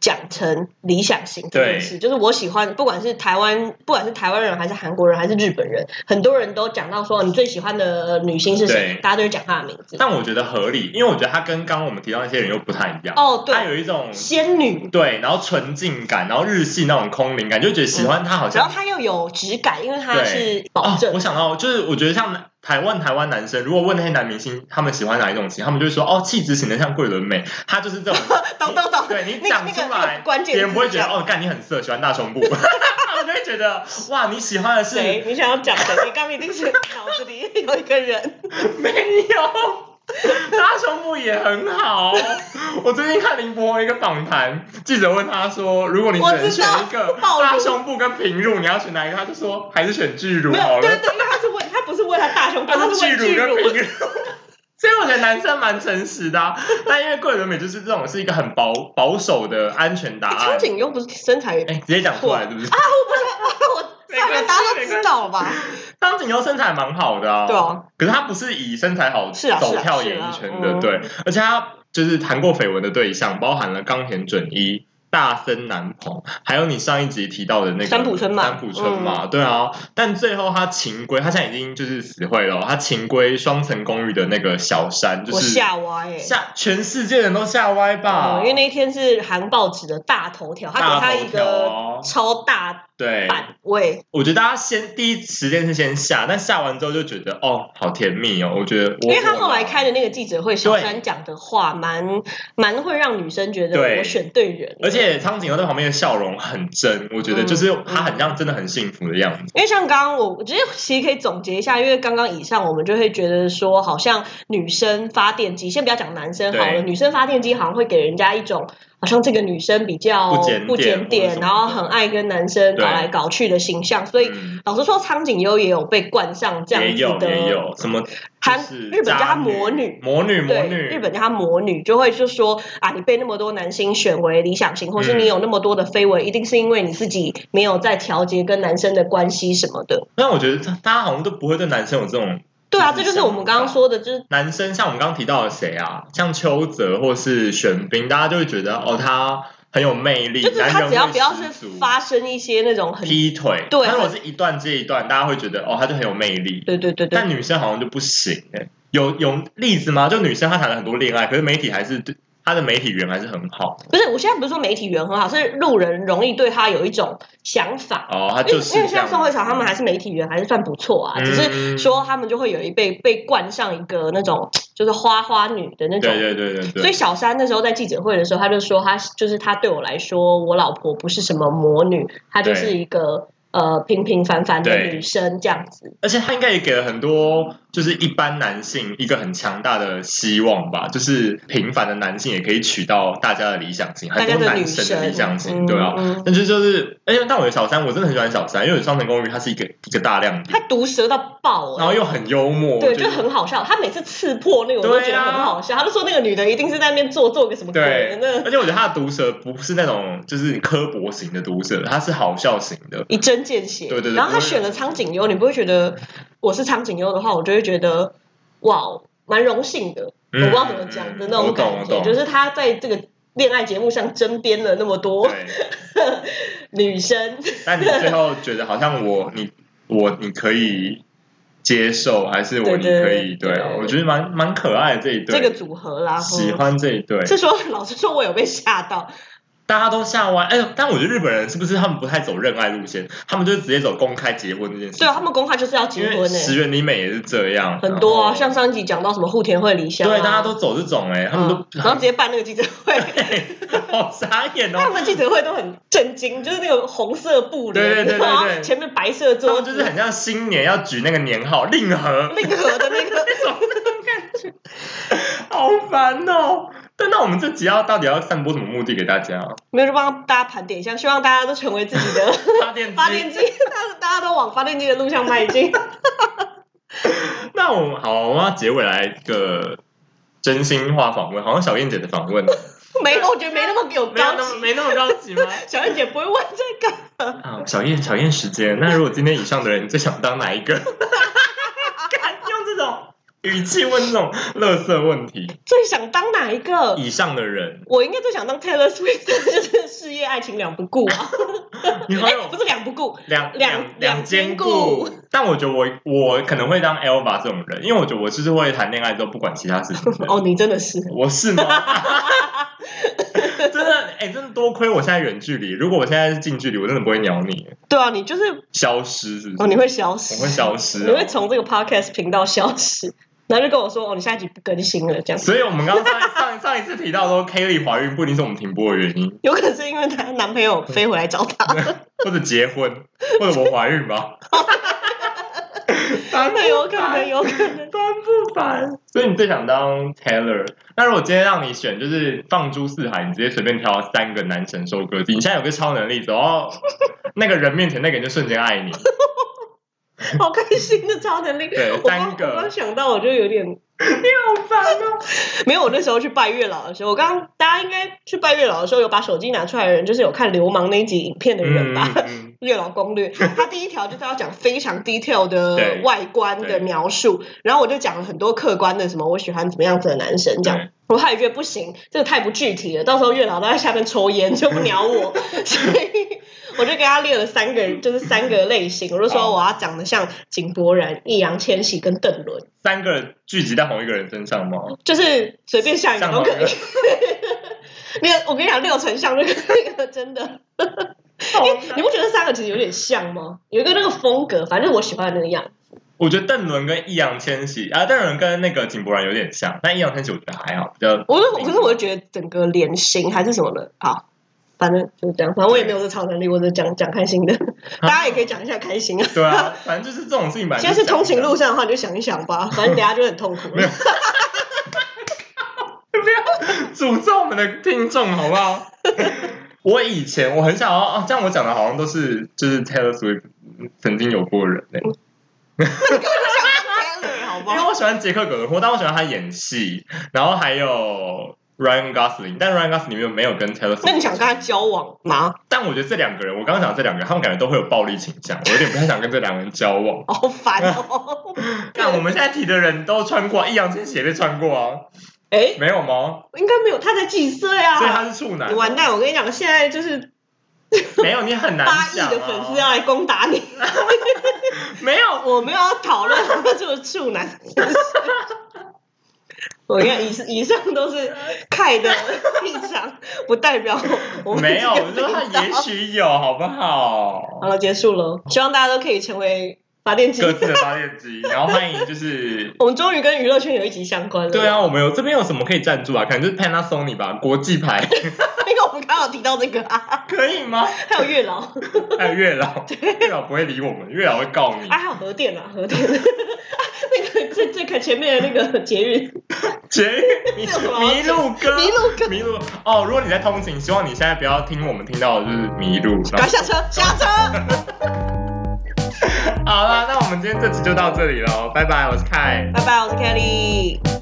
讲成理想型这件事，就是我喜欢，不管是台湾，不管是台湾人还是韩国人还是日本人，很多人都讲到说你最喜欢的女星是谁
对，
大家都会讲她的名字。
但我觉得合理，因为我觉得她跟刚刚我们提到那些人又不太一样。
哦，
她
对，
有一种
仙女，
对，然后纯净感，然后日系那种空灵感，就觉得喜欢他好
嗯然
像、
后她又有质感，因为她
对
是
哦
保，证，
我。想到就是我觉得像男台湾台湾男生，如果问那些男明星他们喜欢哪一种型，他们就会说哦，气质型的像桂纶镁，他就是这种
懂懂懂
对你
那个
讲
那
出
个那
来
个，关键
别人
字
不会觉得
讲
哦，干你很色，喜欢大胸 部，他们就会觉得哇，你喜欢的是
谁？你想要讲谁？你刚刚一定是脑子里有一个人。
没有。大胸部也很好。我最近看林柏宏一个访谈，记者问他说：“如果你只
我
能
知
选
道
一个
暴乳
大胸部跟平乳，你要选哪一个？”他就说：“还是选巨乳
没有，
好了。
对对，因为他是问他不是问他大胸部，
他
他
是
是问
巨
巨
乳
乳
跟。平乳。所以我觉得男生蛮诚实的、啊，但因为桂纶镁就是这种是一个很保保守的安全答
苍
案。
井优不是身材也啊
哎、直接讲出来是不是？
我上面大家都知道了吧？
张景优身材蛮好的啊，
对啊，
可是他不是以身材好
是啊是啊
走跳
是
演艺
啊
圈的，
嗯
对，而且他就是谈过绯闻的对象，包含了冈田准一、大森南朋，还有你上一集提到的那个
三浦春马嗯
三浦春马，对啊，但最后他情归，他现在已经就是死会了哦，他情归双层公寓的那个小山，就
我
是
吓哦歪哎。
吓全世界人都吓歪吧，
嗯因为那一天是韩报纸的大头条，他给
大
他
头
一
条
个
哦
超大
对，
反胃，
我觉得大家先第一时间是先下，但下完之后就觉得哦，好甜蜜哦。我觉得我，
因为他后来开
的，
的那个记者会，小
对
三讲的话蛮蛮会让女生觉得
对
我选对人了，
而且苍井优在旁边的笑容很真，我觉得
嗯
就是他很像真的很幸福的样子。
因为像刚刚我，我觉得其实可以总结一下，因为刚刚以上我们就会觉得说，好像女生发电机，先不要讲男生好了，
对
女生发电机好像会给人家一种好像这个女生比较
不检点
检
或者什么的
然后很爱跟男生搞
对
来搞去的形象，所以。
嗯
老实说，苍井优也有被冠上这样
也有
子的，
也有什么
她
就是
日本叫她
渣
魔女，
魔女魔
对，
女，
日本叫她魔女，就会就说啊，你被那么多男星选为理想型，或是
嗯
你有那么多的绯闻，一定是因为你自己没有在调节跟男生的关系什么的。
但我觉得他大家好像都不会对男生有这种
对啊，
就
这
是
就是我们刚刚说的，就是
男生，像我们刚刚提到的谁啊，像邱泽或是玄彬，大家就会觉得哦，他很有魅力，
就是
男
他
人
只要
味
不要
十
是
足
发生一些那种很，对
劈腿，
对
他如果是一段接一段，大家会觉得哦，他就很有魅力，
对对对对
但女生好像就不行哎、有有例子吗？就女生她谈了很多恋爱，可是媒体还是她的媒体缘还是很好
不是，我现在不是说媒体缘很好，是路人容易对他有一种想法。
哦，她
因
就
为
是
因为像
这样
宋慧乔他们还是媒体缘，还是算不错啊，
嗯
只是说他们就会有一被被冠上一个那种就是花花女的那种。
对对对对对，
所以小三那时候在记者会的时候，他就说他就是他对我来说，我老婆不是什么魔女，她就是
对
一个呃平平凡凡的
对
女生这样子。
而且他应该也给了很多，就是一般男性一个很强大的希望吧，就是平凡的男性也可以娶到大家的理想型，
大
很
家
多
的女
男
生
生的理想型，
嗯
对啊。
嗯
但是就是，哎、但我的小三，我真的很喜欢小三，因为《双城公寓》它是一个一个大亮点，
他毒舌到爆、欸，
然后又很幽默，
对，
我觉
就
得
很好笑。他每次刺破那个，我都觉
对
得
啊
很好笑。他就说那个女的一定是在那边做做个什么鬼
对
的，那
而且我觉得他的毒舌不是那种就是刻薄型的毒舌，他是好笑型的。
一针见血。
对对对
然后他
不会
选了苍井优，你不会觉得我是苍井优的话，我就会觉得哇，蛮荣幸的。我
嗯
不知道怎么讲的那种感
我懂
觉，
我懂
就是他在这个恋爱节目上争边了那么多
对，
女生。
但你最后觉得好像我你我你可以接受，还是我
对
你
对
可以？对啊，我觉得蛮蛮可爱的这一对，
这个组合啦，
喜
嗯。
欢这一对，
是说，老实说，我有被吓到，
大家都下弯。哎、但我觉得日本人是不是他们不太走认爱路线，他们就直接走公开结婚这件事情。
对啊，他们公开就是要结
因
婚
为
呢、
石原里美也是这样，
很多
然
啊，
后
像上一集讲到什么户田惠梨香、啊，
对大家都走这种哎、他们
嗯
都、
然后直接办那个记者会，
好傻眼哦。
他们记者会都很震惊，就是那个红色布帘，
对对对对对
然后前面白色
他
桌
们
子，
就是很像新年要举那个年号令 和，
令和的那个。
好烦哦。但那我们这集要到底要散播什么目的给大家？啊
没有，就帮大家盘点一下，希望大家都成为自己的
发电机。
发电机，大家大家都往发电机的路上迈进。
那我们好，我们要结尾来一个真心话访问，好像小燕姐的访问，没
没有，我觉得没那么有
有
高
那么
级。
没那么高级 吗？
小燕姐不会问这个，
啊，小燕，小燕时间。那如果今天以上的人，你最想当哪一 个？敢用这种语气问这种垃圾问题？
最想当哪一个？
以上的人，
我应该最想当 Taylor Swift，就是 事业爱情两不顾啊！
你好
哎、
有
不是两不顾，
两
两两
两
兼
兼
顾
顾。但我觉得我我可能会当 Elva 这种人，因为我觉得我就是会谈恋爱之后不管其他事情的人。
哦，你真的是。
我是吗？ 真的，哎、真的多亏我现在远距离。如果我现在是近距离，我真的不会鸟你，
对啊，你就是
消失是不是？
哦，你会消失，
我会消失、啊
你会。从这个 podcast 频道消失，然后就跟我说哦，你下一集不更新了，这样。
所以我们刚刚上上上一次提到说 Kelly 怀孕不一定是我们停播的原因，
有可能是因为她男朋友飞回来 找她，
或者结婚，或者我怀孕 吧。 烦
哦那有可能，有可 能。
不烦？所以你最想当 Taylor？那如果今天让你选，就是放诸四海，你直接随便挑三个男神收割机，你现在有个超能力，走 到那个人面前，那个人就瞬间爱你。
好开心的超能力，
对
我刚
三个
我刚想到，我就有点
好烦哦！
没有。我那时候去拜月老的时候，我刚刚大家应该去拜月老的时候，有把手机拿出来的人，就是有看《流氓》那一集影片的人
嗯
吧。
嗯，
月老攻略，它第一条就是要讲非常 detail 的
对
外观的
对
描述，然后我就讲了很多客观的什么，我喜欢怎么样子的男生这样
对。
我后来觉得不行，这个太不具体了，到时候月老都在下面抽烟就不鸟我，所以我就给他列了三个，就是三个类型，我就说
好
我要长得像井柏然、易烊千玺跟邓伦，
三个聚集在同一个人身上吗？
就是随便像一个
像
都
某
可
个
以。那个我跟你讲，六成像那个那个真的。因为你不觉得三个其实有点像吗？有一个那个风格，反正我喜欢的那个样。
我觉得邓伦跟易烊千玺啊，邓伦跟那个井柏然有点像，但易烊千玺我觉得还好，比较
我是可是我就觉得整个脸型还是什么的，好，反正就是这样。反正我也没有这超能力，我只讲讲开心的，大家也可以讲一下开心啊。
对啊，反正就是这种事情吧。
现在是通勤路上的话，你就想一 想吧，反正等下就很痛苦
没有
了。
诅咒我们的听众好不好？我以前我很想要啊，这样我讲的好像都是就是 Taylor Swift 曾经有过的人呢、
想当 Taylor 好不
因为
好？
我喜欢杰克·葛伦霍，但我喜欢他演戏，然后还有 Ryan Gosling，但 Ryan Gosling 没有没有跟 Taylor
那
Swift，
你想跟他交往吗？。
但我觉得这两个人，我刚刚讲这两个人，他们感觉都会有暴力倾向，我有点不太想跟这两个人交往
好烦 哦！
但我们现在提的人都穿过，易烊千玺也被穿过啊，
哎，
没有吗？
应该没有，他才几岁啊？
所以他是处男
你，完蛋！我跟你讲，现在就是
没有你很难
八亿
讲、啊、
的粉丝要来攻打 你。
没有，
我没有要讨论他们这个处男这件事。我跟你讲，以上以上 都是凯的立场，不代表我们
没有，
这
我
个
说他
频道
也许有，好不好
好？了，结束了。希望大家都可以成为发电机。
各自的发电机，然后欢迎 就是。
我们终于跟娱乐圈有一集相关了。
对，啊，我们有这边有什么可以赞助啊？可能就是 Panasonic 吧，国际牌
因为我们刚好提到这个啊，
可以吗？
还有月老，
还有月老，月老不会理我们，月老会告你
啊，。还有核电啊，核电。 啊那个最最看前面的那个节日，
节 日迷
这有什么好
迷路歌，
迷路歌
迷路哦！如果你在通勤，希望你现在不要听我们听到的就是迷路。然
赶快
后
下车，下车，
好啦，那我们今天这期就到这里喽，拜拜，我是凯。
拜拜，我是 Kelly。